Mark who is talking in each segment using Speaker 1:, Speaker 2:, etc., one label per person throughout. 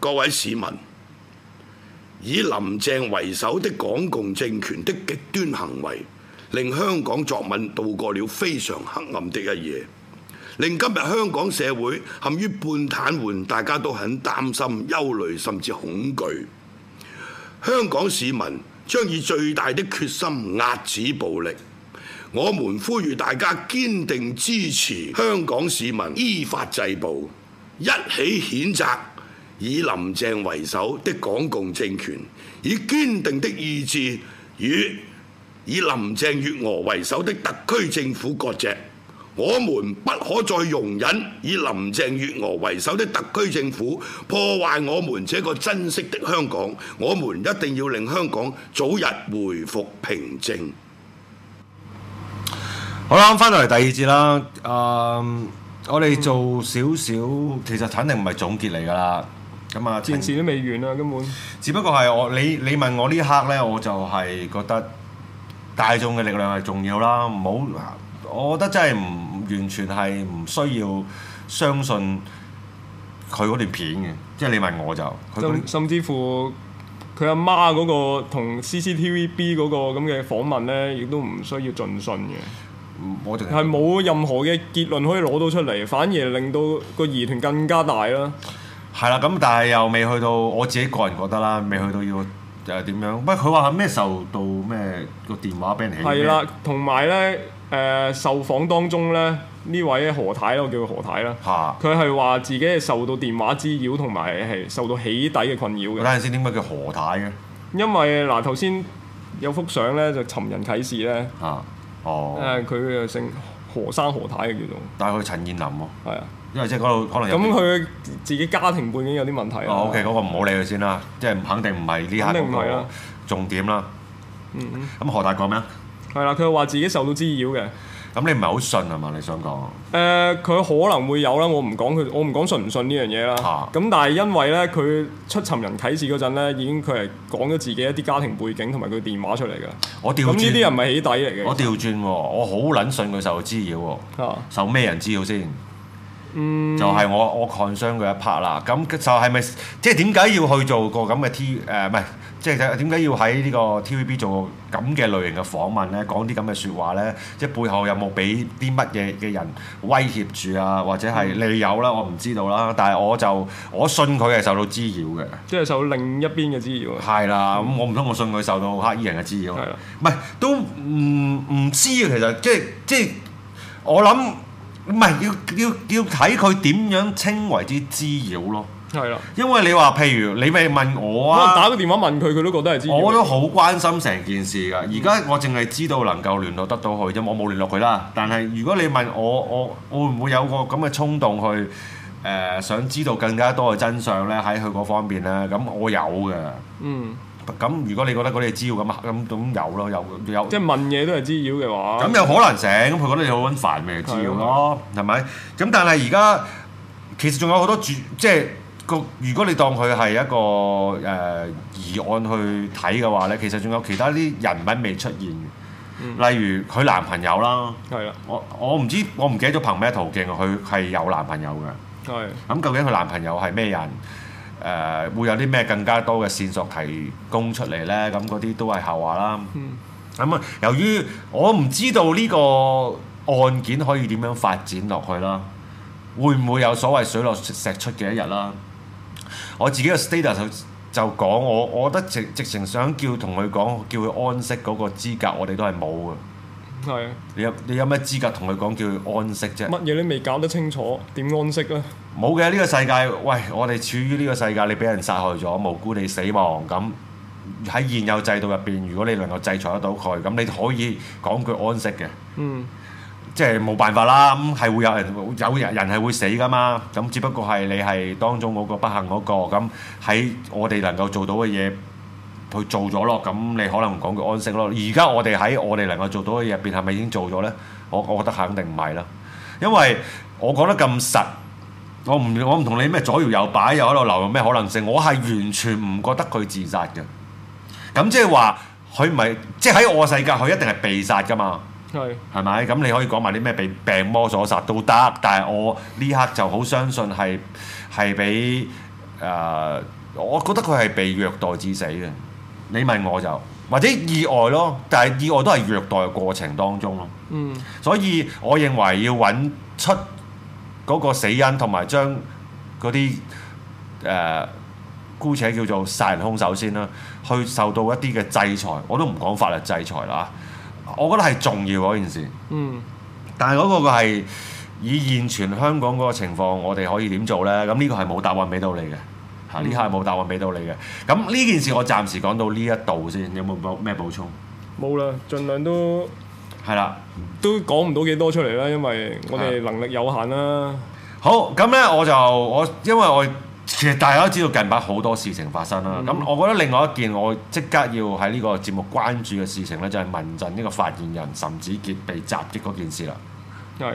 Speaker 1: 各位市民，以林鄭為首的港共政權的極端行為，令香港作文度過了非常黑暗的一夜，令今日香港社會陷於半癱瘓，大家都很擔心、憂慮甚至恐懼。香港市民將以最大的決心壓止暴力。我們呼籲大家堅定支持香港市民依法制暴，一起譴責以林鄭為首的港共政權，以堅定的意志與以林鄭月娥為首的特區政府割席。我們不可再容忍以林鄭月娥為首的特區政府破壞我們這個珍惜的香港。我們一定要令香港早日回復平靜。
Speaker 2: 好啦，翻到嚟第二節啦。誒、我哋做少少，其實肯定唔係總結嚟㗎啦。咁啊，
Speaker 3: 件事都未完啦，根本
Speaker 2: 只不過係我你你問我呢一刻咧，我就係覺得大眾嘅力量係重要啦。唔好，我覺得真係唔完全係唔需要相信佢嗰段片嘅。即係你問我就佢嗰
Speaker 3: 甚
Speaker 2: 啲
Speaker 3: 甚至乎佢阿媽嗰個同 CCTVB 嗰個咁嘅訪問咧，亦都唔需要盡信嘅，
Speaker 2: 我淨
Speaker 3: 係冇任何嘅結論可以攞到出嚟，反而令到個疑團更加大啦。
Speaker 2: 係啦，咁但係又未去到我自己個人覺得啦，未去到要誒點樣？不過佢話係咩受到咩個電話俾人起咩
Speaker 3: 係啦，同埋咧誒受訪當中咧，呢位何太啦，我叫佢何太啦，
Speaker 2: 嚇。
Speaker 3: 佢係話自己係受到電話滋擾同埋係受到起底嘅困擾
Speaker 2: 我
Speaker 3: 嘅
Speaker 2: 睇，下先，點解叫何太嘅
Speaker 3: 因為嗱頭先有幅相咧就尋人啟事咧，
Speaker 2: 啊？哦，
Speaker 3: 誒佢嘅姓何生何太嘅叫做
Speaker 2: 但係佢陳燕林喎，
Speaker 3: 係啊，
Speaker 2: 因為即係嗰度可能有
Speaker 3: 咁
Speaker 2: 啲
Speaker 3: 佢自己家庭背景有啲問題啊啦
Speaker 2: 哦，OK，嗰個唔好理佢先啦，即係肯定唔係呢刻
Speaker 3: 肯定唔
Speaker 2: 嗰
Speaker 3: 係啦
Speaker 2: 個重點啦。嗯咁何太講咩啊？
Speaker 3: 係啦，佢話自己受到滋擾嘅。
Speaker 2: 咁你唔係好信係嘛？你想講
Speaker 3: 誒佢、可能會有啦，我唔講佢，我唔講信唔信呢樣嘢啦。
Speaker 2: 啊
Speaker 3: 咁、但係因為咧，佢出尋人啟事嗰陣咧，已經佢係講咗自己一啲家庭背景同埋佢電話出嚟㗎。
Speaker 2: 我調
Speaker 3: 咁
Speaker 2: 轉
Speaker 3: 呢啲人唔係起底嚟嘅。
Speaker 2: 我調轉喎，我好撚信佢受滋擾喎。
Speaker 3: 啊
Speaker 2: 受咩人滋擾先？就係我我 concern 佢一 part 啦。咁就係咪即係點解要去做個咁嘅 T 誒唔係？即係點解要喺呢個 TVB 做個咁嘅類型嘅訪問咧？講啲咁嘅説話咧，即係背後有冇俾啲乜嘢嘅人威脅住啊？或者係你有啦，我唔知道啦。但係我就我信佢係受到滋擾嘅。
Speaker 3: 即係受另一邊嘅滋擾啊。
Speaker 2: 係啦，咁我唔通我信佢受到黑衣人嘅滋擾？啊
Speaker 3: 係啦啊
Speaker 2: 唔係都唔唔知啊，其實即係即係我諗唔係要要要睇佢點樣稱為之滋擾咯。
Speaker 3: 係啦，
Speaker 2: 因為你話譬如你咪問我
Speaker 3: 可能
Speaker 2: 啊
Speaker 3: 打，個電話問佢，佢都覺得係滋擾。
Speaker 2: 我都好關心成件事㗎。而家我淨係知道能夠聯絡得到佢啫，我冇聯絡佢啦。但係如果你問我，我我會唔會有個咁嘅衝動去誒、呃想知道更加多嘅真相咧？喺佢嗰方面咧，咁我有嘅。
Speaker 3: 嗯，
Speaker 2: 咁如果你覺得嗰啲係滋擾咁，咁咁有咯，有有
Speaker 3: 即係問嘢都係滋擾嘅話，
Speaker 2: 咁有可能性。咁佢覺得你好揾煩，咪滋擾咯，係咪？咁但係而家其實仲有好多主，即係個如果你當佢係一個誒、呃、疑案去睇嘅話咧，其實仲有其他啲人物未出現嘅，例如佢男朋友啦。
Speaker 3: 係啦，
Speaker 2: 我我唔知，我唔記得咗憑咩途徑，佢係有男朋友嘅。
Speaker 3: 係
Speaker 2: 咁究竟佢男朋友係咩人？誒、會有啲咩更加多嘅線索提供出嚟呢？咁嗰啲都係後話啦。咁啊、由於我唔知道呢個案件可以點樣發展落去啦，會唔會有所謂水落石出嘅一日啦？我自己嘅 status 就就講我，我覺得直直情想叫同佢講，叫佢安息嗰個資格，我哋都係冇嘅。
Speaker 3: 係
Speaker 2: 你有你有咩資格同佢講叫佢安息啫？
Speaker 3: 乜嘢都未搞得清楚，點安息咧？
Speaker 2: 冇嘅，呢、個世界，喂，我哋處於呢個世界，你俾人殺害咗，無辜你死亡，咁喺現有制度入邊，如果你能夠制裁得到佢，咁你可以講句安息嘅，
Speaker 3: 嗯，
Speaker 2: 即係冇辦法啦。咁係會有人有人人係會死噶嘛，咁只不過係你係當中嗰個不幸嗰、個，咁喺我哋能夠做到嘅嘢。佢做咗咯，咁你可能講句安息咯。而家我哋喺我哋能夠做到嘅嘢入邊，係咪已經做咗呢？我我覺得肯定唔係啦，因為我講得咁實，我唔我唔同你咩左搖右擺，又喺度留有咩可能性，我係完全唔覺得佢自殺嘅。咁即係話佢唔係，即係喺我世界，佢一定係被殺噶嘛。
Speaker 3: 係
Speaker 2: 係咪？咁你可以講埋啲咩被病魔所殺都得，但係我呢刻就好相信係係俾誒，我覺得佢係被虐待致死嘅。你問我就或者意外咯，但係意外都係虐待嘅過程當中 咯。
Speaker 3: 嗯
Speaker 2: 所以我認為要揾出嗰個死因，同埋將嗰啲誒姑且叫做殺人兇手先啦，去受到一啲嘅制裁。我都唔講法律制裁啦，我覺得係重要嗰件事。
Speaker 3: 嗯
Speaker 2: 但係嗰個係以現全香港嗰個情況，我哋可以點做呢？咁呢個係冇答案俾到你嘅。嚇！呢下係冇答案俾到你嘅，咁呢件事我暫時講到呢一度先，有冇補咩補充？
Speaker 3: 冇啦，盡量都
Speaker 2: 係啦，
Speaker 3: 都講唔到幾多出嚟啦，因為我哋能力有限啦。
Speaker 2: 好，咁咧我就我因為我其實大家都知道近排好多事情發生啦。咁、我覺得另外一件我即刻要喺呢個節目關注嘅事情咧，就係、民陣呢個發言人岑子傑被襲擊嗰件事啦。
Speaker 3: 係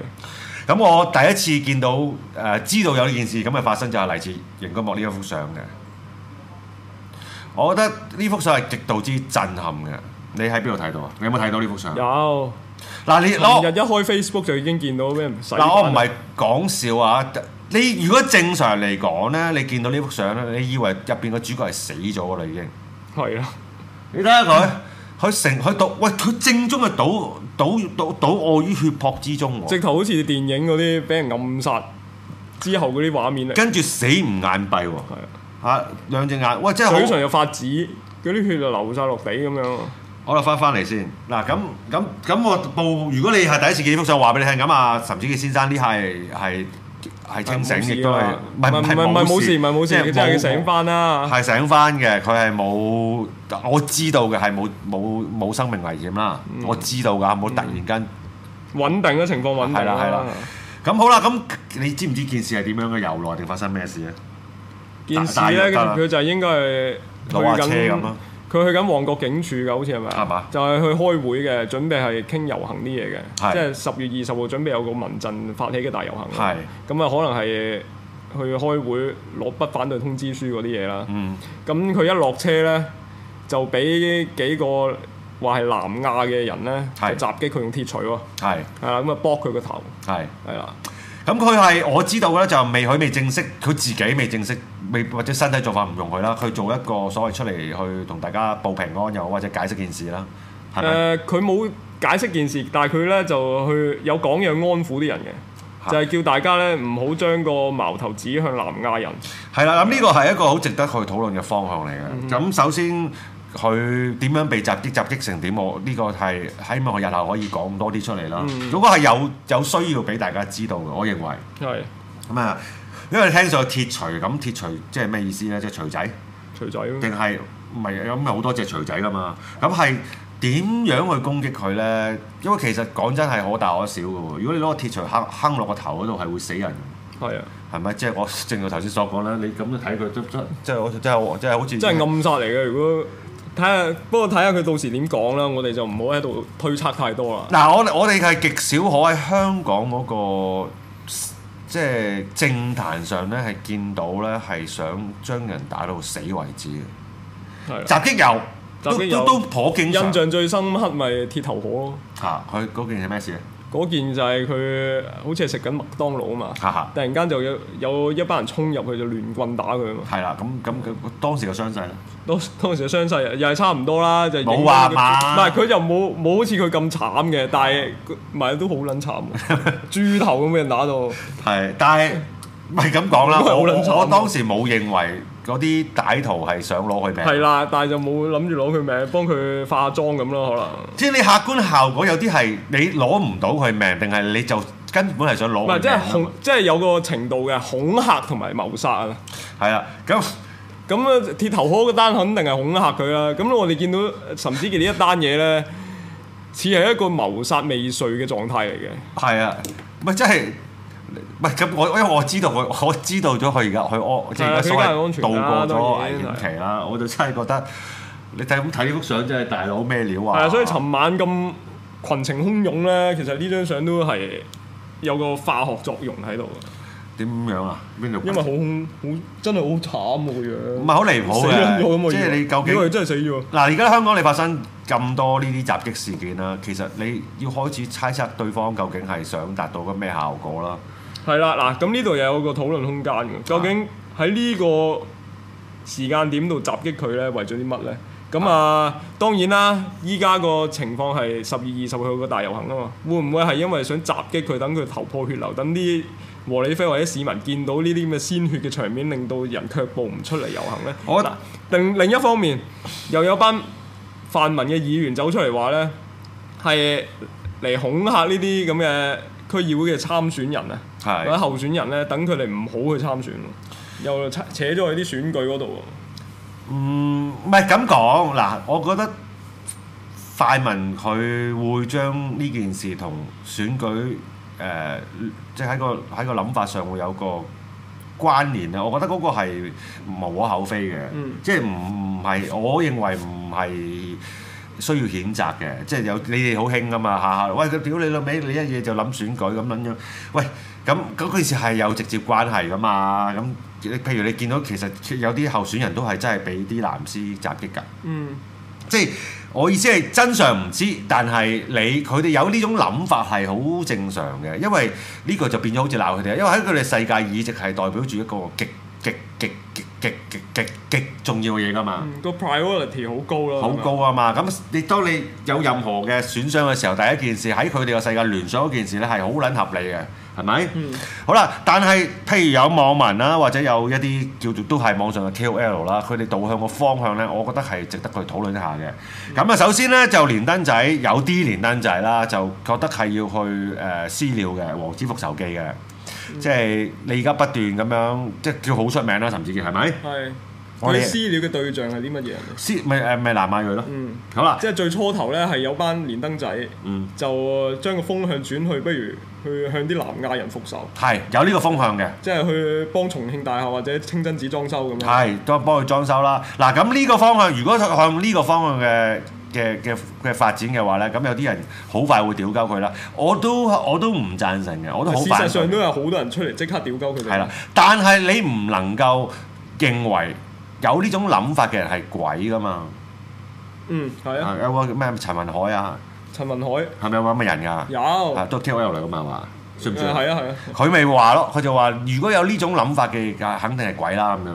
Speaker 2: 咁我第一次見到誒、呃知道有呢件事咁嘅發生，就係嚟自熒光幕呢一幅相嘅。我覺得呢幅相係極度之震撼嘅。你喺邊度睇到啊？你有冇睇到呢幅相？
Speaker 3: 有，
Speaker 2: 嗱，你
Speaker 3: 琴
Speaker 2: 我
Speaker 3: 日一開 Facebook 就已經見到咩唔使。
Speaker 2: 嗱，我唔係講笑啊！你如果正常嚟講咧，你見到呢幅相咧，你以為入邊個主角係死咗㗎啦已經。
Speaker 3: 係啦，
Speaker 2: 你睇下佢，佢成佢倒，喂，佢正宗嘅倒倒倒倒卧於血泊之中喎
Speaker 3: 直。頭好似電影嗰啲俾人暗殺之後嗰啲畫面嚟。
Speaker 2: 跟住死唔眼閉喎，
Speaker 3: 係啊
Speaker 2: 嚇兩隻眼，喂，真係
Speaker 3: 嘴
Speaker 2: 好
Speaker 3: 唇。又發紫，嗰啲血就流晒落地咁樣。
Speaker 2: 好啦，翻翻嚟先。嗱，咁咁咁，我報，如果你係第一次見呢幅相，話俾你聽，咁啊，岑子傑先生呢下係係係清醒，亦都係
Speaker 3: 啊唔係唔係唔係冇事，唔係冇事，佢真係醒。翻啦。
Speaker 2: 係醒翻嘅，佢係冇，我知道嘅係冇冇冇生命危險啦，
Speaker 3: 嗯
Speaker 2: 我知道㗎，冇突然間。
Speaker 3: 穩定嘅情況穩定
Speaker 2: 係啦係啦咁好啦，咁你知唔知件事係點樣嘅由來定發生咩事咧？啊
Speaker 3: 件事
Speaker 2: 大大
Speaker 3: 咧，
Speaker 2: 約得啦
Speaker 3: 佢就應該係去
Speaker 2: 攞下車
Speaker 3: 緊
Speaker 2: 咁咯。
Speaker 3: 佢去緊旺角警署㗎，好似係咪啊？
Speaker 2: 嗯係嘛
Speaker 3: 就係去開會嘅，準備係傾遊行啲嘢嘅，
Speaker 2: 係
Speaker 3: 即係十月二十號準備有個民陣發起嘅大遊行。
Speaker 2: 係
Speaker 3: 咁啊，可能係去開會攞不反對通知書嗰啲嘢啦。
Speaker 2: 嗯，
Speaker 3: 咁佢一落車咧，就俾幾個話係南亞嘅人咧，
Speaker 2: 係
Speaker 3: 就襲擊佢用鐵錘喎，
Speaker 2: 係
Speaker 3: 係啦，咁啊剝佢個頭，
Speaker 2: 係。
Speaker 3: 係啦，
Speaker 2: 咁佢係我知道嘅咧，就未佢未正式，佢自己未正式，未或者身體做法唔容許啦。佢做一個所謂出嚟去同大家報平安又好，或者解釋件事啦，係咪？
Speaker 3: 誒佢冇解釋件事，但係佢咧就去有講嘢安撫啲人嘅，
Speaker 2: 嚇
Speaker 3: 就係叫大家咧唔好將個矛頭指向南亞人，
Speaker 2: 係啦，咁呢個係一個好值得去討論嘅方向嚟嘅。咁、首先佢點樣被襲擊，襲擊成點？我呢、個係希望我日後可以講多啲出嚟啦。嗰、個係有有需要俾大家知道嘅，我認為。
Speaker 3: 係
Speaker 2: 咁啊，因為你聽上去鐵錘咁，鐵錘即係咩意思咧？即係錘仔。
Speaker 3: 錘仔咯，
Speaker 2: 定係唔係有咁好多隻錘仔噶嘛？咁係點樣去攻擊佢咧？因為其實講真係可大可小嘅喎。如果你攞個鐵錘坑坑落個頭嗰度，係會死人嘅，
Speaker 3: 係啊，
Speaker 2: 係咪？即係我 正如頭先所講啦，你咁樣睇佢，真真即係好似真係即係好似
Speaker 3: 真係暗殺嚟嘅。如果睇下，不過睇下佢到時點講啦，我哋就唔好喺度推測太多啦。
Speaker 2: 嗱，我哋我哋係極少可喺香港嗰、個即係政壇上咧，係見到咧係想將人打到死為止嘅
Speaker 3: 係啦
Speaker 2: 襲擊有，
Speaker 3: 襲
Speaker 2: 都
Speaker 3: 擊有
Speaker 2: 都都頗經
Speaker 3: 印
Speaker 2: 常
Speaker 3: 象最深刻咪鐵頭河咯。
Speaker 2: 嚇。佢嗰件係咩事咧？啊
Speaker 3: 嗰件就係佢好似係食緊麥當勞啊嘛，
Speaker 2: 哈哈
Speaker 3: 突然間就有有一班人衝入去就亂棍打佢啊嘛，
Speaker 2: 係啦，咁咁佢當時嘅傷勢咧，
Speaker 3: 當當時嘅傷勢啊又係差唔多啦，就影
Speaker 2: 冇話嘛
Speaker 3: 唔係佢就冇冇好似佢咁慘嘅，但係佢唔係都好撚慘 嘅，豬頭咁俾人打到，
Speaker 2: 係，但係唔係咁講啦，
Speaker 3: 因為
Speaker 2: 我
Speaker 3: 好撚慘啊
Speaker 2: 我我當時冇認為嗰啲歹徒係想攞佢
Speaker 3: 係
Speaker 2: 命，
Speaker 3: 啦，但係就冇諗住攞佢命幫佢化妝咁咯，可能
Speaker 2: 即係你客觀效果有啲係你攞唔到佢命，定係你就根本係想攞
Speaker 3: 唔
Speaker 2: 佢
Speaker 3: 係即係
Speaker 2: 命
Speaker 3: 恐
Speaker 2: 啊
Speaker 3: 即係有個程度嘅恐嚇同埋謀殺啊。
Speaker 2: 嘛？係啦，咁
Speaker 3: 咁啊，鐵頭殼嗰單肯定係恐嚇佢啦。咁我哋見到呃岑子傑呢一單嘢咧，似係一個謀殺未遂嘅狀態嚟嘅。
Speaker 2: 係啊，唔係即係。唔係咁，我因為我知道佢， 我知道咗佢而家佢安，即係而家所
Speaker 3: 係啊佢梗係安
Speaker 2: 謂
Speaker 3: 全
Speaker 2: 度
Speaker 3: 啦
Speaker 2: 過咗危
Speaker 3: 當然
Speaker 2: 險期啦，我就真係覺得你睇咁睇呢幅相真係大佬咩料
Speaker 3: 係
Speaker 2: 啊！
Speaker 3: 啊，所以尋晚咁群情洶湧咧，其實呢張相都係有個化學作用喺度嘅，
Speaker 2: 點樣啊？邊度？
Speaker 3: 因為好恐好真係好慘喎個樣，
Speaker 2: 唔係好離譜
Speaker 3: 死撚咗咁
Speaker 2: 嘅，
Speaker 3: 喎
Speaker 2: 即係你究竟
Speaker 3: 以為真係死咗？
Speaker 2: 嗱，而家香港你發生咁多呢啲襲擊事件啦，其實你要開始猜測對方究竟係想達到個咩效果啦。
Speaker 3: 係啦，嗱，咁呢度又有個討論空間嘅，究竟喺呢個時間點度襲擊佢咧，為咗啲乜咧？咁啊，當然啦，依家個情況係十月二十號個大遊行啊嘛，會唔會係因為想襲擊佢，等佢頭破血流，等啲和理非或者市民見到呢啲咁嘅鮮血嘅場面，令到人卻步唔出嚟遊行咧？
Speaker 2: 我
Speaker 3: 嗱另另一方面，又有班泛民嘅議員走出嚟話咧，係嚟恐嚇呢啲咁嘅區議會嘅參選人啊，
Speaker 2: 係
Speaker 3: 或者候選人咧，等佢哋唔好去參選喎，又扯扯咗去啲選舉嗰度喎。
Speaker 2: 嗯，唔係咁講嗱，我覺得快民佢會將呢件事同選舉誒、呃即係喺個喺個諗法上會有個關聯啊。我覺得嗰個係無可厚非嘅，
Speaker 3: 嗯
Speaker 2: 即係唔唔係，我認為唔係。需要譴責嘅，即係有你哋好興噶嘛下下，喂佢屌你老味，你一嘢就諗選舉咁撚樣，喂咁嗰件事係有直接關係噶嘛，咁你譬如你見到其實有啲候選人都係真係俾啲藍絲襲擊㗎，
Speaker 3: 嗯，
Speaker 2: 即係我意思係真相唔知，但係你佢哋有呢種諗法係好正常嘅，因為呢個就變咗好似鬧佢哋，因為喺佢哋世界議席係代表住一個極極極極極極極極重要嘅嘢㗎嘛。
Speaker 3: 嗯個 priority 好高咯，
Speaker 2: 好
Speaker 3: 咁
Speaker 2: 高啊嘛！咁你當你有任何嘅損傷嘅時候，第一件事喺佢哋個世界聯想嗰件事咧係好撚合理嘅，係咪？
Speaker 3: 嗯
Speaker 2: 好啦，但係譬如有網民啦，或者有一啲叫做都係網上嘅 KOL 啦，佢哋導向個方向咧，我覺得係值得去討論一下嘅。咁啊、首先咧就連登仔有啲連登仔啦，就覺得係要去誒、呃私了嘅《王子復仇記》嘅，即係你而家不斷咁樣，即係叫好出名啦，岑子傑係咪？
Speaker 3: 樣。係
Speaker 2: 我
Speaker 3: 我
Speaker 2: 哋
Speaker 3: 哋私了嘅對象係啲乜嘢人嚟？
Speaker 2: 私咪誒咪南亞裔咯。
Speaker 3: 嗯，
Speaker 2: 好啦，
Speaker 3: 即係最初頭咧係有班連登仔
Speaker 2: 嗯。
Speaker 3: 就將個風向轉去，不如去向啲南亞人復仇，
Speaker 2: 係有呢個風向嘅，
Speaker 3: 即係去幫重慶大廈或者清真寺裝修咁樣。
Speaker 2: 係都幫佢裝修啦。嗱，咁呢個方向，如果向呢個方向嘅嘅嘅嘅發展嘅話咧，咁有啲人好快會屌鳩佢啦。我都我都唔贊成嘅，我都好
Speaker 3: 事
Speaker 2: 反
Speaker 3: 實
Speaker 2: 對
Speaker 3: 上都有好多人出嚟即刻屌鳩佢哋。
Speaker 2: 係啦，但係你唔能夠認為有呢種諗法嘅人係鬼噶嘛？
Speaker 3: 嗯，係啊，
Speaker 2: 啊有個咩陳文海啊，
Speaker 3: 陳文海
Speaker 2: 係咪有咁嘅人㗎？
Speaker 3: 有，
Speaker 2: 啊，
Speaker 3: 誒
Speaker 2: 都 KOL 嚟㗎嘛係嘛？算唔算啊？
Speaker 3: 係啊係啊，
Speaker 2: 佢咪話咯，佢就話如果有呢種諗法嘅，肯定係鬼啦咁樣。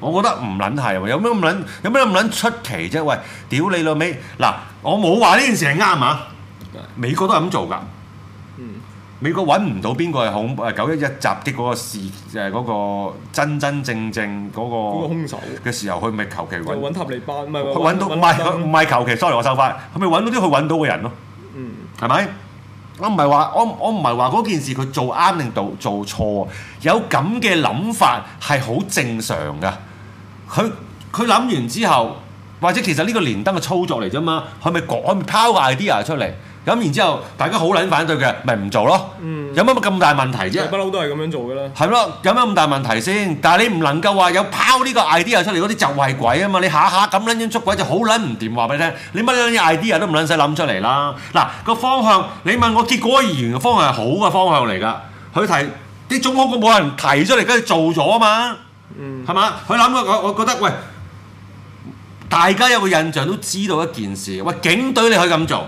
Speaker 2: 我覺得唔撚係喎，有咩咁撚有咩咁撚出奇啫？喂，屌你老味！嗱，我冇話呢件事係啱啊，美國都係咁做㗎。
Speaker 3: 嗯
Speaker 2: 美國揾唔到邊個係恐誒九一一襲擊嗰個事誒嗰個真真正正
Speaker 3: 嗰個
Speaker 2: 嗰
Speaker 3: 兇手
Speaker 2: 個嘅時候，佢咪求其
Speaker 3: 就
Speaker 2: 揾
Speaker 3: 揾塔利班，唔係
Speaker 2: 佢
Speaker 3: 唔
Speaker 2: 哦
Speaker 3: 係
Speaker 2: 揾到唔
Speaker 3: 揾
Speaker 2: 係
Speaker 3: 塔利
Speaker 2: 佢
Speaker 3: 班
Speaker 2: 唔係求其，sorry 我收翻，佢咪揾到啲佢揾到嘅人咯。
Speaker 3: 嗯
Speaker 2: 係咪？我唔係話我我唔係話嗰件事佢做啱定做做錯啊，有咁嘅諗法係好正常噶。佢佢諗完之後，或者其實呢個連登嘅操作嚟啫嘛，佢咪講佢咪拋個 idea 出嚟，咁然之後大家好撚反對嘅，咪唔做咯。
Speaker 3: 嗯，
Speaker 2: 有乜咁大問題啫
Speaker 3: 佢？不嬲都係咁樣做㗎啦。
Speaker 2: 係咯，有咩咁大問題先？但係你唔能夠話有拋呢個 idea 出嚟嗰啲就係鬼啊嘛！你下下咁撚樣捉鬼就好撚唔掂，話俾你聽，你乜撚嘢 idea 都唔撚使諗出嚟啦。嗱個方向，你問我結果而言嘅方向係好嘅方向嚟㗎。佢提啲總好過冇人提出嚟，跟住做咗啊嘛，
Speaker 3: 嗯
Speaker 2: 係嘛？佢諗我我覺得喂，大家有個印象都知道一件事，喂警隊你可以咁做。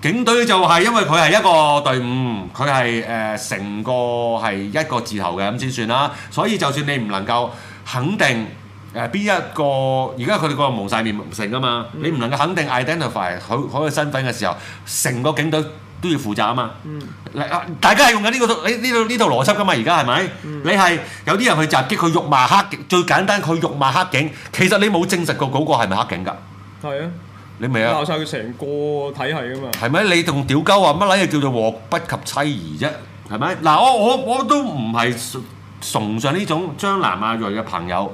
Speaker 2: 警隊就係因為佢係一個隊伍，佢係誒成個係一個字頭嘅咁先算啦。所以就算你唔能夠肯定誒邊、一個，而家佢哋個蒙晒面成噶嘛，你唔能夠肯定 identify 佢佢嘅身份嘅時候，成個警隊都要負責啊嘛。
Speaker 3: 嗯
Speaker 2: 嗱啊大家係用緊呢個套呢呢套呢套邏輯噶嘛？而家係咪？你係有啲人去襲擊佢辱罵黑警，最簡單佢辱罵黑警，其實你冇證實過嗰個係咪黑警㗎？
Speaker 3: 係啊，
Speaker 2: 你咪啊？
Speaker 3: 鬧晒佢成個體系㗎嘛。
Speaker 2: 係咪？你同屌鳩啊乜撚嘢叫做禍不及妻兒啫？係咪？嗱，我我我都唔係崇尚呢種將南亞裔嘅朋友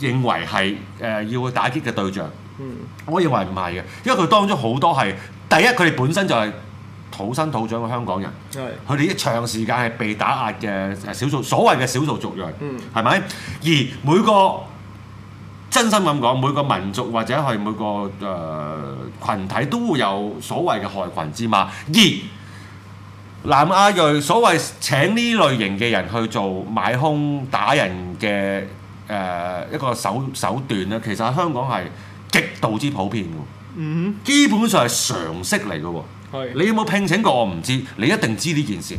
Speaker 2: 認為係誒、呃要去打擊嘅對象，
Speaker 3: 嗯
Speaker 2: 我認為唔係嘅，因為佢當中好多係第一，佢哋本身就係土生土長嘅香港人。
Speaker 3: 係
Speaker 2: 佢哋一長時間係被打壓嘅誒少數，所謂嘅少數族裔，
Speaker 3: 嗯
Speaker 2: 係咪、而每個真心咁講，每個民族或者係每個誒、呃、群體都會有所謂嘅害群之馬。而南亞裔所謂請呢類型嘅人去做買兇打人嘅誒、呃一個手手段咧，其實喺香港係極度之普遍嘅，
Speaker 3: 嗯
Speaker 2: 基本上係常識嚟嘅喎。
Speaker 3: 哼係
Speaker 2: 你有冇聘請過我唔知，你一定知呢件事。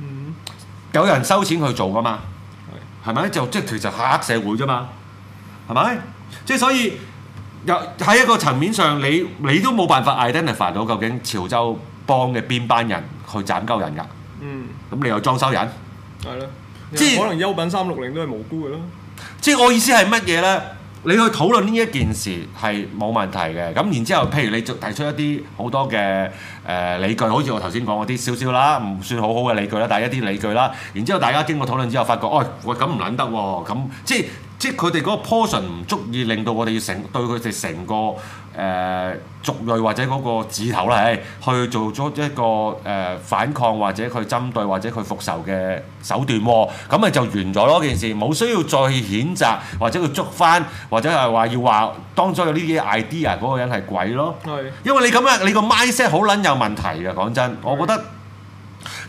Speaker 3: 嗯
Speaker 2: 有人收錢去做噶嘛？
Speaker 3: 係
Speaker 2: 係咪？就即係其實黑社會啫嘛，係咪？即係所以又喺一個層面上，你你都冇辦法 identify 到究竟潮州幫嘅邊班人去斬鳩人㗎。
Speaker 3: 嗯，
Speaker 2: 咁你又裝修人？
Speaker 3: 係咯，
Speaker 2: 即係
Speaker 3: 可能優品三六零都係無辜嘅咯。
Speaker 2: 即係我意思係乜嘢呢？你去討論呢一件事係冇問題嘅，咁然之後，譬如你就提出一啲好多嘅誒、呃理據，好似我頭先講嗰啲少少啦，唔算好好嘅理據啦，但係一啲理據啦，然之後大家經過討論之後，發覺，哦，喂，咁唔撚得喎，咁即係即係佢哋嗰個 portion 唔足以令到我哋要成對佢哋成個誒、呃族裔或者嗰個指頭啦，係去做咗一個誒、呃反抗或者佢針對或者佢復仇嘅手段喎，咁咪就完咗咯件事，冇需要再去譴責或者佢捉翻，或者係話要話當初有呢啲 idea 嗰個人係鬼咯。
Speaker 3: 係
Speaker 2: 因為你咁樣，你個 mindset 好撚有問題嘅。講真，我覺得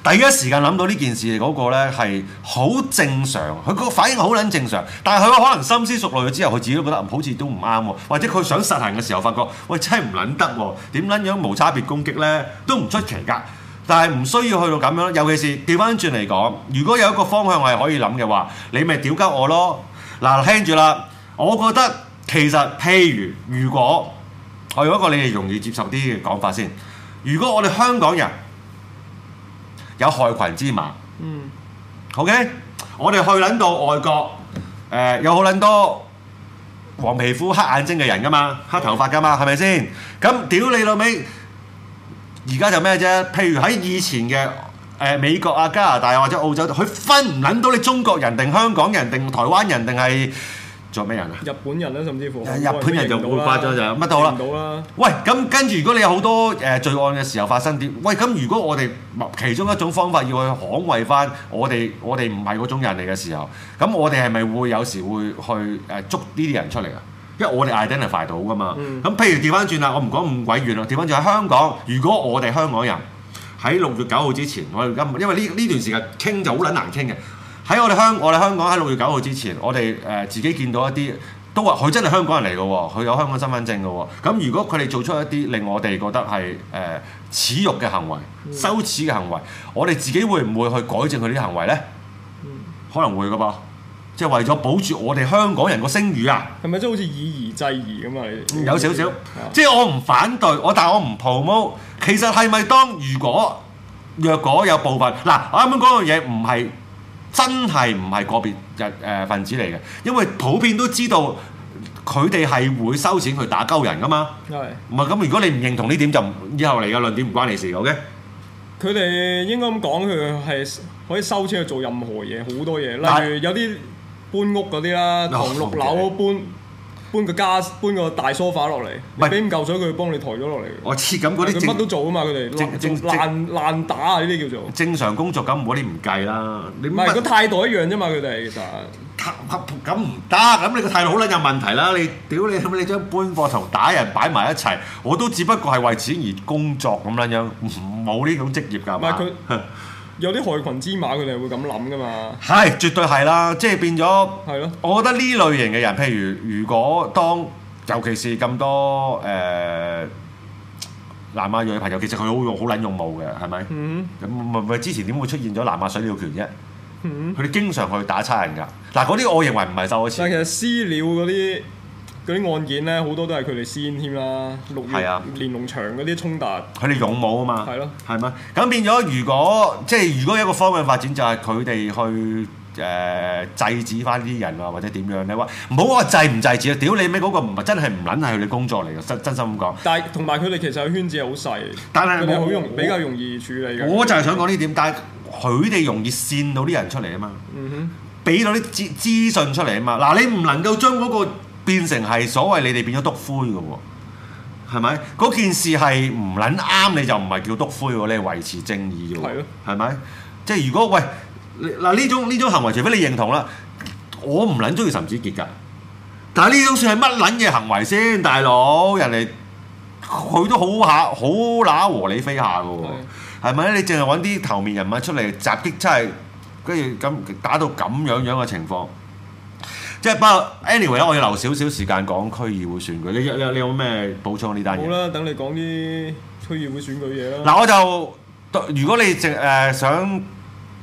Speaker 2: 第一時間諗到呢件事嗰個咧係好正常，佢個反應好撚正常。但係佢可能深思熟慮咗之後，佢自己都覺得好似都唔啱喎，或者佢想實行嘅時候發覺，喂真係唔撚得喎，點撚樣無差別攻擊咧都唔出奇㗎。但係唔需要去到咁樣，尤其是調翻轉嚟講，如果有一個方向係可以諗嘅話，你咪屌鳩我咯。嗱，聽住啦，我覺得其實譬如如果我用一個你哋容易接受啲嘅講法先。如果我哋香港人有害群之馬，
Speaker 3: 嗯
Speaker 2: ，OK，我哋去撚到外國，誒、有好撚多黃皮膚、黑眼睛嘅人噶嘛，黑頭髮噶嘛，係咪先？咁屌你老味，而家就咩啫？譬如喺以前嘅。誒、美國啊、加拿大啊或者澳洲，佢分唔撚到你中國人定香港人定台灣人定係做咩人啊？
Speaker 3: 日本人啦，甚至乎
Speaker 2: 日本人就
Speaker 3: 好多
Speaker 2: 好誇張就係乜都好啦
Speaker 3: 認到啦，
Speaker 2: 喂，咁跟住如果你有好多誒、呃罪案嘅時候發生點？喂，咁如果我哋某其中一種方法要去捍衞翻我哋，我哋唔係嗰種人嚟嘅時候，咁我哋係咪會有時會去誒、呃捉呢啲人出嚟啊？因為我哋 identify 到噶嘛。咁、
Speaker 3: 嗯
Speaker 2: 譬如調翻轉啦，我唔講咁鬼遠啦，調翻轉喺香港，如果我哋香港人喺六月九號之前，我哋而家因為呢呢段時間傾就好撚難傾嘅。喺我哋香我哋香港喺六月九號之前，我哋誒、呃自己見到一啲都話佢真係香港人嚟嘅喎，佢有香港身份證嘅喎。咁如果佢哋做出一啲令我哋覺得係誒、呃恥辱嘅行為、羞恥嘅行為，我哋自己會唔會去改正佢啲行為呢？可能會嘅噃，即係為咗保住我哋香港人個聲譽啊！
Speaker 3: 係咪即係好似以夷制夷咁啊？你
Speaker 2: 有少少
Speaker 3: 啊，
Speaker 2: 即係我唔反對，我但係我唔 promote。其實係咪當如果若果有部分嗱，我啱啱講樣嘢唔係真係唔係個別人誒、呃分子嚟嘅，因為普遍都知道佢哋係會收錢去打鳩人噶嘛。
Speaker 3: 係。
Speaker 2: 唔係咁，如果你唔認同呢點，就唔以後嚟嘅論點唔關你事，OK？
Speaker 3: 佢哋應該咁講，佢係可以收錢去做任何嘢，好多嘢，
Speaker 2: 但哦
Speaker 3: 例如有啲搬屋嗰啲啦，
Speaker 2: 嗱
Speaker 3: 唐六樓搬搬個家搬個大 sofa 落嚟，
Speaker 2: 喂
Speaker 3: 你俾唔夠水佢幫你抬咗落嚟。
Speaker 2: 我切咁嗰
Speaker 3: 佢
Speaker 2: 啲
Speaker 3: 乜都
Speaker 2: 正
Speaker 3: 做啊嘛，佢哋
Speaker 2: 正正
Speaker 3: 爛爛爛打啊呢啲叫做，唔
Speaker 2: 正常工作咁嗰啲唔計啦。你唔
Speaker 3: 係個態度一樣啫嘛，佢哋其實
Speaker 2: 咁唔得，咁你個態度好撚有問題啦！你屌你咁你將搬貨同打人擺埋一齊，我都只不過係為錢而工作咁撚樣，冇呢種職業㗎係
Speaker 3: 唔係
Speaker 2: 嘛
Speaker 3: 佢？有啲害群之馬，佢哋會咁諗噶嘛，
Speaker 2: 係絕對係啦，即係變咗。
Speaker 3: 係咯，
Speaker 2: 我覺得呢類型嘅人，譬如如果當尤其是咁多誒、呃南亞裔朋友，其實佢好用好撚用武嘅，係咪？
Speaker 3: 嗯
Speaker 2: 咁咪咪之前點會出現咗南亞水鳥拳啫？
Speaker 3: 嗯，
Speaker 2: 佢哋經常去打差人㗎。嗱，嗰啲我認為唔係收咗錢
Speaker 3: 但。係其實私了嗰啲。嗰啲案件咧，好多都係佢哋先添啦，六月
Speaker 2: 係啊
Speaker 3: 連龍場嗰啲衝突，
Speaker 2: 佢哋勇武啊嘛，
Speaker 3: 係咯，
Speaker 2: 係嘛？咁變咗，如果即係如果有一個方向發展，就係佢哋去誒、呃制止翻啲人啊，或者點樣咧？話唔好話制唔制止啊！屌你咩嗰個唔係真係唔撚係佢哋工作嚟嘅，真真心咁講。
Speaker 3: 但係同埋佢哋其實圈子係好細，
Speaker 2: 但係
Speaker 3: 佢哋
Speaker 2: 我
Speaker 3: 好容比較容易處理嘅。
Speaker 2: 我就係想講呢點，但係佢哋容易煽到啲人出嚟啊嘛，
Speaker 3: 嗯
Speaker 2: 俾到啲資資訊出嚟啊嘛。嗱，你唔能夠將嗰個變成係所謂你哋變咗督灰嘅喎。係咪？嗰件事係唔撚啱你就唔係叫督灰喎，你係維持正義喎
Speaker 3: 係咯，
Speaker 2: 係咪？即係如果喂你嗱呢種呢種行為，除非你認同啦，我唔撚中意岑子傑㗎。但係呢種算係乜撚嘢行為先，大佬？人哋佢都好下好乸和你飛下㗎喎，係咪？你淨係揾啲頭面人物出嚟襲擊，真係跟住咁打到咁樣樣嘅情況。即係不過 anyway 啦，我要留少少時間講區議會選舉。你你你有咩補充啊呢
Speaker 3: 哼，
Speaker 2: 單
Speaker 3: 好
Speaker 2: 嘢？
Speaker 3: 啦，等你講啲區議會選舉嘢啦。
Speaker 2: 嗱，我就如果你淨誒、呃想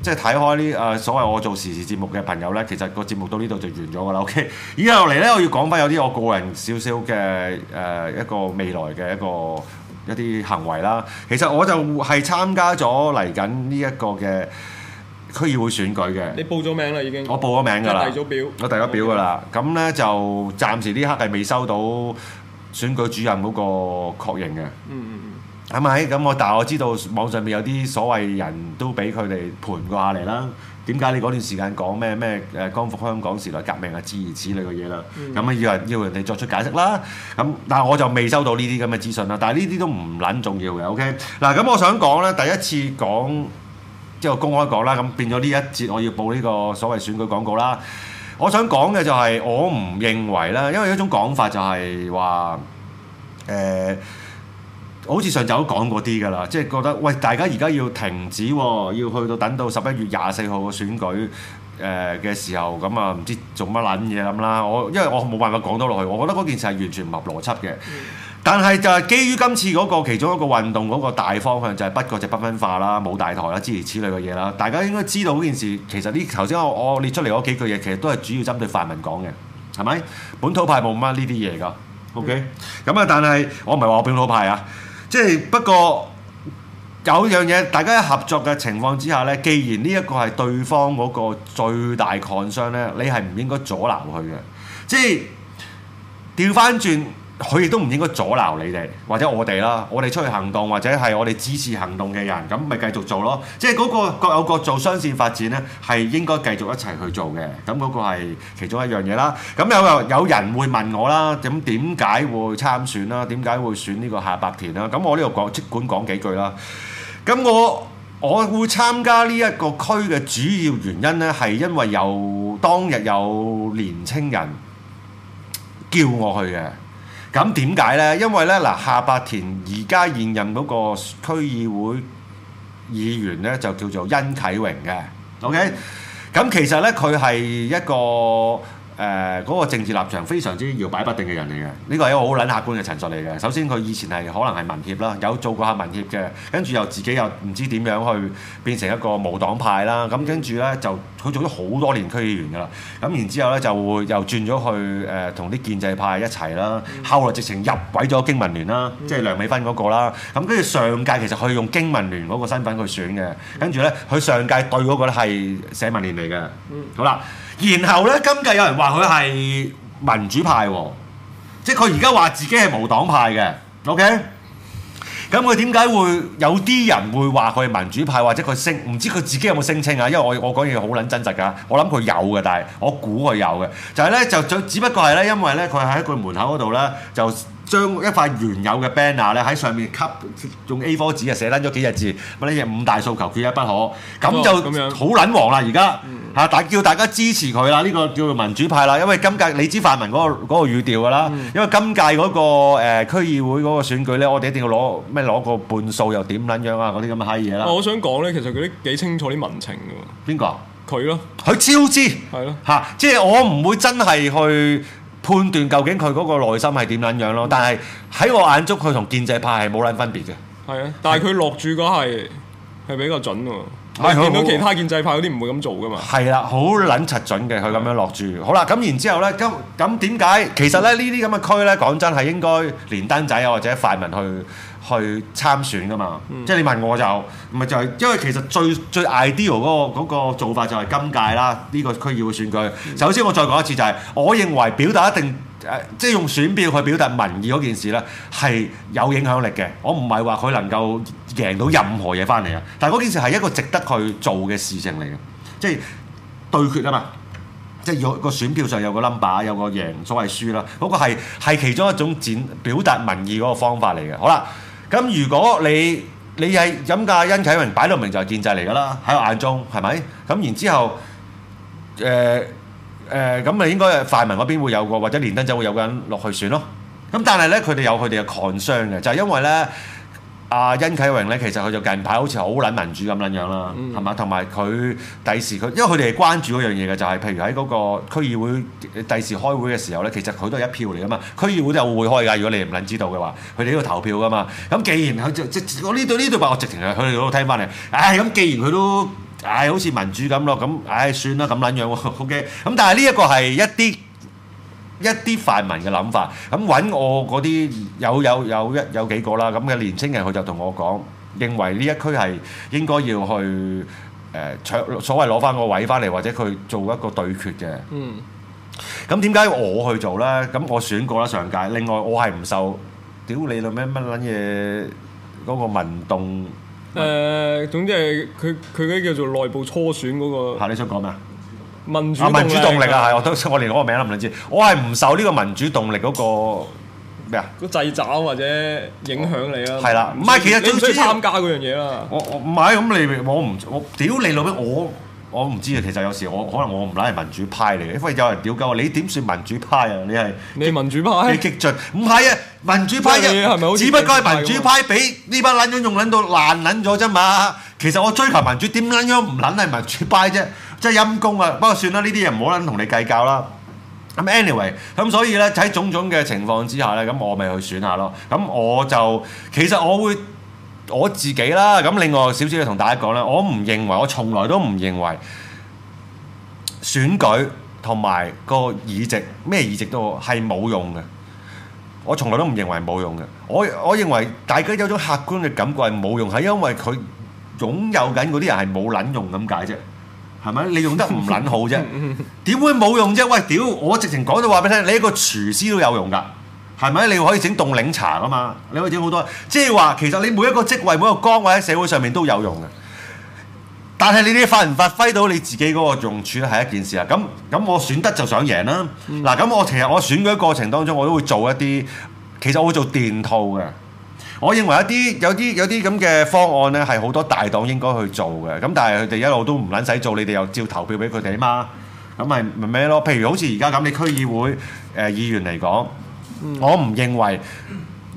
Speaker 2: 即係睇開呢誒、所謂我做時事節目嘅朋友咧，其實個節目到呢度就完咗㗎啦。OK，而 家落嚟咧，我要講翻有啲我個人少少嘅呃誒一個未來嘅一個一啲行為啦。其實我就係參加咗嚟緊呢一個嘅區議會選舉嘅。
Speaker 3: 你報咗名啦已經，
Speaker 2: 我報咗名㗎啦，
Speaker 3: 即係遞咗表
Speaker 2: 我遞咗表㗎啦。咁咧就暫時呢刻係未收到選舉主任嗰個確認嘅。
Speaker 3: 嗯，嗯
Speaker 2: 係咪？咁我但係我知道網上面有啲所謂人都俾佢哋盤過下嚟啦。點解你嗰段時間講咩咩誒光復香港時代革命啊諸如此類嘅嘢啦？咁啊、要人要人哋作出解釋啦。咁但係我就未收到呢啲咁嘅資訊啦。但係呢啲都唔撚重要嘅。OK 嗱，咁我想講咧，第一次講即係我公開講啦，咁變咗呢一節我要報呢個所謂選舉廣告啦。我想講嘅就係我唔認為啦，因為有一種講法就係話誒。好似上集都講過啲㗎啦，即係覺得喂，大家而家要停止喎，要去到等到十一月廿四號嘅選舉誒嘅、時候，咁啊唔知做乜撚嘢咁啦。我因為我冇辦法講到落去，我覺得嗰件事係完全唔合邏輯嘅。但係就係基於今次嗰個其中一個運動嗰個大方向就係不國際不分化啦、冇大台啦諸如此類嘅嘢啦，大家應該知道嗰件事其實呢頭先我我列出嚟嗰幾句嘢其實都係主要針對泛民講嘅，係咪？本土派冇乜呢啲嘢㗎，OK？咁啊，但係我唔係話我本土派啊，即係不過。有樣嘢，大家喺合作嘅情況之下呢，既然呢一個係對方嗰個最大 concern 呢，你係唔應該阻撓佢嘅。即係調翻轉，佢亦都唔應該阻撓你哋或者我哋啦。我哋出去行動或者係我哋支持行動嘅人，咁咪繼續做咯。即係嗰個各有各做雙線發展呢，係應該繼續一齊去做嘅。咁嗰個係其中一樣嘢啦。咁有有人會問我啦，咁點解會參選啦？點解會選呢個下白田啦？咁我呢度講，即管講幾句啦。咁我我會參加呢一個區嘅主要原因呢，係因為有當日有年青人叫我去嘅。咁點解呢？因為呢，嗱，夏伯田而家現任嗰個區議會議員呢，就叫做殷啟榮嘅。OK，咁其實呢，佢係一個誒呃嗰、個政治立場非常之搖擺不定嘅人嚟嘅。呢個係一個好撚客觀嘅陳述嚟嘅。首先佢以前係可能係民協啦，有做過下民協嘅，跟住又自己又唔知點樣去變成一個無黨派啦。咁跟住呢，就佢做咗好多年區議員㗎啦。咁然之後呢，就會又轉咗去誒同啲建制派一齊啦。後來直情入委咗經民聯啦，即係梁美芬嗰個啦。咁跟住上屆其實佢用經民聯嗰個身份去選嘅，跟住呢，佢上屆對嗰個咧係社民聯嚟嘅。好啦，然後呢，今屆有人話佢係民主派喎，即係佢而家話自己係無黨派嘅。OK。咁佢點解會有啲人會話佢係民主派，或者佢聲唔知佢自己有冇聲稱啊？因為我我講嘢好撚真實㗎，我諗佢有嘅，但係我估佢有嘅，就係、呢，咧就就只不過係咧，因為咧佢喺佢門口嗰度咧就。將一塊原有嘅 banner 咧喺上面吸用 A4 紙啊寫撚咗幾隻字，乜呢嘢五大訴求缺一不可，咁
Speaker 3: 哦咁樣
Speaker 2: 就好撚黃啦而家嚇，大叫大家支持佢啦，呢、個叫做民主派啦，因為今屆你知泛民嗰、個嗰、個語調噶啦，
Speaker 3: 嗯
Speaker 2: 因為今屆嗰、個誒、區議會嗰個選舉咧，我哋一定要攞咩攞個半數又點撚樣啊嗰啲咁嘅閪嘢
Speaker 3: 嗯
Speaker 2: 啦
Speaker 3: 啊，我想講咧，其實佢都幾清楚啲民情嘅
Speaker 2: 邊個？啊
Speaker 3: 喎，佢咯，
Speaker 2: 佢超支。
Speaker 3: 係咯，
Speaker 2: 嚇、即係我唔會真係去判斷究竟佢嗰個內心係點撚樣咯。但係喺我眼中，佢同建制派係冇撚分別嘅。
Speaker 3: 係啊，但係佢落注嗰係係比較準喎，
Speaker 2: 係
Speaker 3: 你見
Speaker 2: 好
Speaker 3: 到
Speaker 2: 好
Speaker 3: 其他建制派嗰啲唔會咁做噶嘛，
Speaker 2: 係啦，好撚柒準嘅，佢咁樣落注。好啦，咁然之後呢，咁咁點解？其實咧呢啲咁嘅區呢，講真係應該連登仔啊或者泛民去去參選噶嘛。即係你問我就唔係就係、因為其實最最 ideal 嗰、個嗰個做法就係今屆啦，呢、個區議會選舉。首先我再講一次就係、我認為表達一定。誒、即係用選票去表達民意嗰件事呢，係有影響力嘅。我唔係話佢能夠贏到任何嘢翻嚟啊，但係嗰件事係一個值得去做嘅事情嚟嘅，即係對決啊嘛。即係有個選票上有個 number，有個贏所謂輸啦，嗰、個係係其中一種展表達民意嗰個方法嚟嘅。好啦，咁如果你你係飲架殷啟榮擺到明就係建制嚟㗎啦，喺我眼中係咪？咁然之後誒。誒咁咪應該泛民嗰邊會有個，或者連登仔會有個人落去選咯。咁但係咧，佢哋有佢哋嘅 concern 嘅，就係、因為咧，阿啊殷啟榮咧，其實佢就近排好似好撚民主咁撚樣啦，係嘛、同埋佢第時佢，因為佢哋係關注嗰樣嘢嘅，就係、譬如喺嗰個區議會第時開會嘅時候咧，其實佢都係一票嚟噶嘛。區議會都有會開㗎，如果你唔撚知道嘅話，佢哋都要投票㗎嘛。咁既然佢就即我呢度呢度話，我直情係佢哋嗰度聽翻嚟，唉、咁既然佢都唉、好似民主咁咯，咁唉、算啦，咁撚樣喎，OK。咁但係呢一個係一啲一啲泛民嘅諗法。咁揾我嗰啲有有有一有幾個啦，咁嘅年青人佢就同我講，認為呢一區係應該要去誒、搶所謂攞翻個位翻嚟，或者佢做一個對決嘅。
Speaker 3: 嗯，
Speaker 2: 咁點解我去做咧？咁我選過啦上屆，另外我係唔受屌你老咩乜撚嘢嗰個民動
Speaker 3: 誒，總之係佢佢嗰啲叫做內部初選嗰
Speaker 2: 嚇，你想講咩啊？
Speaker 3: 個民主
Speaker 2: 啊，民主動力啊，係
Speaker 3: 係
Speaker 2: 我都我連嗰個名都唔撚知，我係唔受呢個民主動力嗰、個咩啊？
Speaker 3: 個掣肘或者影響你啊。
Speaker 2: 係啦
Speaker 3: 唔
Speaker 2: 唔係其實
Speaker 3: 你唔需
Speaker 2: 最
Speaker 3: 要
Speaker 2: 主要
Speaker 3: 參加嗰樣嘢啦。
Speaker 2: 我我唔係咁你我唔我屌你老味我。我唔知啊，其實有時我可能我唔撚係民主派嚟嘅，因為有人屌鳩我，你點算民主派啊？你係
Speaker 3: 你民主
Speaker 2: 你
Speaker 3: 派
Speaker 2: 激進，唔係啊！民主派一
Speaker 3: 即係你係咪好似
Speaker 2: 只不過係民主派俾呢班撚樣用撚到爛撚咗啫嘛。其實我追求民主，點撚樣唔撚係民主派啫？真係陰公啊！不過算啦，呢啲嘢唔好撚同你計較 啦。咁 anyway，咁所以咧喺種種嘅情況之下咧，咁我咪去選下咯。咁我就其實我會。我自己啦，咁另外少少要同大家講啦，我唔認為，我從來都唔認為選舉同埋個議席咩議席都好係冇用嘅。我從來都唔認為冇用嘅。我我認為大家有種客觀嘅感覺係冇用，係因為佢擁有緊嗰啲人係冇撚用咁解啫。係咪？你用得唔撚好啫？點會冇用啫？喂，屌！我直情講到話俾你聽，你一個廚師都有用㗎。係咪？你可以整凍檸茶㗎嘛？你可以整好多，即係話其實你每一個職位、每一個崗位喺社會上面都有用嘅。但係你哋發唔發揮到你自己嗰個用處咧，係一件事啊。咁咁我選得就想贏啦。嗱、咁我其實我選舉過程當中，我都會做一啲，其實我會做電套嘅。我認為一啲有啲有啲咁嘅方案咧，係好多大黨應該去做嘅。咁但係佢哋一路都唔撚使做，你哋又照投票俾佢哋嘛。咁咪咪咩咯？譬如好似而家咁，你區議會誒、呃、議員嚟講，我唔認為。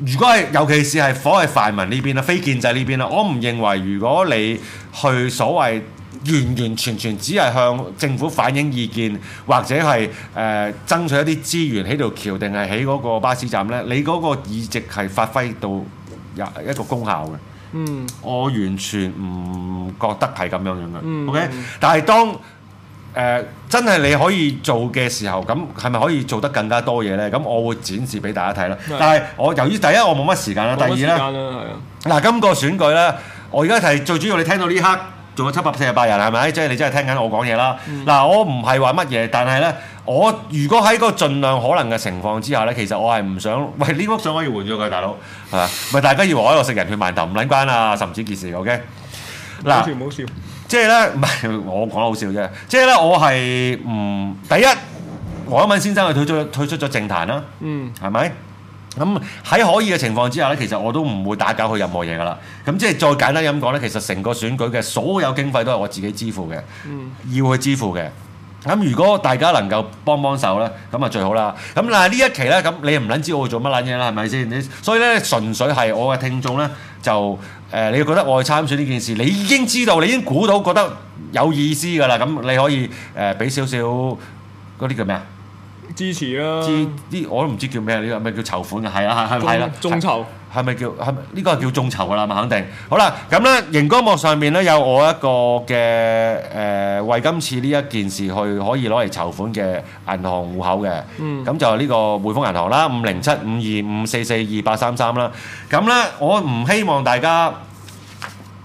Speaker 2: 如果係尤其是係火係泛民呢邊啊啦，非建制呢邊啦，我唔認為如果你去所謂完完全全只係向政府反映意見，或者係誒、呃、爭取一啲資源喺條橋定係喺嗰個巴士站呢，你嗰個議席係發揮到有一個功效嘅。
Speaker 3: 嗯，
Speaker 2: 我完全唔覺得係咁樣樣嘅。OK，但
Speaker 3: 嗯
Speaker 2: 係當誒、呃真係你可以做嘅時候，咁係咪可以做得更加多嘢呢？咁我會展示俾大家睇啦。
Speaker 3: 係
Speaker 2: 但係我由於第一我冇乜時間啦，第
Speaker 3: 冇乜
Speaker 2: 二
Speaker 3: 時
Speaker 2: 呢
Speaker 3: 間。啦，係啊。
Speaker 2: 嗱，今個選舉咧，我而家係最主要，你聽到呢刻仲有七百四十八人係咪？即係你真係聽緊我講嘢啦。嗱、我唔係話乜嘢，但係咧，我如果喺個盡量可能嘅情況之下咧，其實我係唔想， 喂呢幅相可以換咗佢，大佬係嘛？咪大家以為我喺度食人血饅頭，唔撚關啊，岑子傑事，OK？嗱
Speaker 3: 冇笑。冇笑。
Speaker 2: 即係咧，唔係 我講得好笑啫。即係咧，我係唔第一，黃一敏先生佢退出退出咗政壇啦，
Speaker 3: 嗯，
Speaker 2: 係咪？咁喺可以嘅情況之下咧，其實我都唔會打攪佢任何嘢噶啦。咁即係再簡單咁講咧，其實成個選舉嘅所有經費都係我自己支付嘅，要去支付嘅。咁如果大家能夠幫幫手咧，咁啊最好啦。咁嗱呢一期咧，咁你唔撚知我會做乜撚嘢啦，係咪先？你所以咧，純粹係我嘅聽眾咧，就誒、呃你覺得我去參選呢件事，你已經知道，你已經估到覺得有意思㗎啦。咁你可以誒俾少少嗰啲叫咩啊？
Speaker 3: 支持啦。
Speaker 2: 知啲我都唔知叫咩，呢個咪叫籌款啊？係啊，係係係啦，
Speaker 3: 眾眾籌。
Speaker 2: 係咪叫係咪呢個係叫眾籌㗎啦？咪肯定。好啦，咁咧熒光幕上面咧有我一個嘅誒、呃為今次呢一件事去可以攞嚟籌款嘅銀行戶口嘅。咁、
Speaker 3: 嗯
Speaker 2: 就呢個匯豐銀行啦，五零七五二五四四二八三三啦。咁咧我唔希望大家。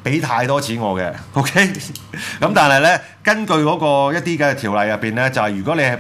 Speaker 2: 俾太多錢我嘅，OK？咁但係咧，根據嗰個一啲嘅條例入邊咧，就係、如果你係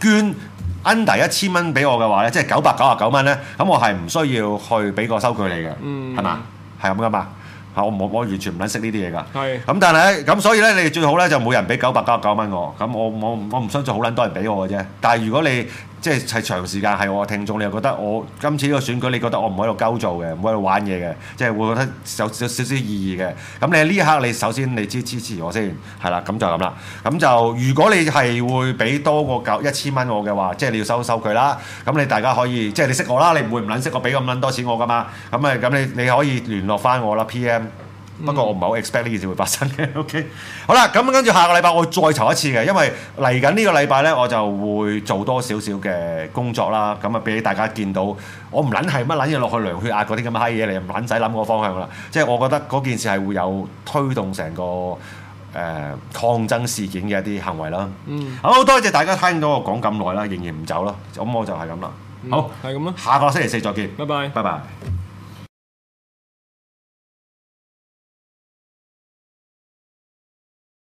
Speaker 2: 捐 under 一千蚊俾我嘅話咧，即係九百九十九蚊咧，咁我係唔需要去俾個收據你嘅，
Speaker 3: 嗯
Speaker 2: 係嘛、係咁噶嘛？嚇我唔我完全唔撚識呢啲嘢㗎。
Speaker 3: 係
Speaker 2: 咁但係咧，咁所以咧，你哋最好咧就每人俾九百九十九蚊我。咁我我我唔相信好撚多人俾我嘅啫。但係如果你即係係長時間係我嘅聽眾，你又覺得我今次呢個選舉，你覺得我唔喺度鳩做嘅，唔喺度玩嘢嘅，即係會覺得有少少少意義嘅。咁你呢一刻你首先你支支持我先，係啦，咁就咁啦。咁就如果你係會俾多過九一千蚊我嘅話，即係你要收收佢啦。咁你大家可以即係你識我啦，你唔會唔撚識我俾咁撚多錢我噶嘛。咁啊咁你你可以聯絡翻我啦，PM。不嗯過我唔係好 expect 呢件事會發生嘅。OK，好 啦，咁跟住下個禮拜我再籌一次嘅，因為嚟緊呢個禮拜呢，我就會做多少少嘅工作啦，咁啊俾大家見到我唔撚係乜撚嘢落去量血壓嗰啲咁嘅閪嘢，你唔撚使諗個方向啦。即係我覺得嗰件事係會有推動成個。誒、誒抗爭事件嘅一啲行為啦。
Speaker 3: 嗯
Speaker 2: 好多謝大家聽到我講咁耐啦，仍然唔走啦，咁我就係咁啦。好，
Speaker 3: 嗯係咁啦，
Speaker 2: 下個星期四再見，
Speaker 3: 拜拜。
Speaker 2: 拜拜。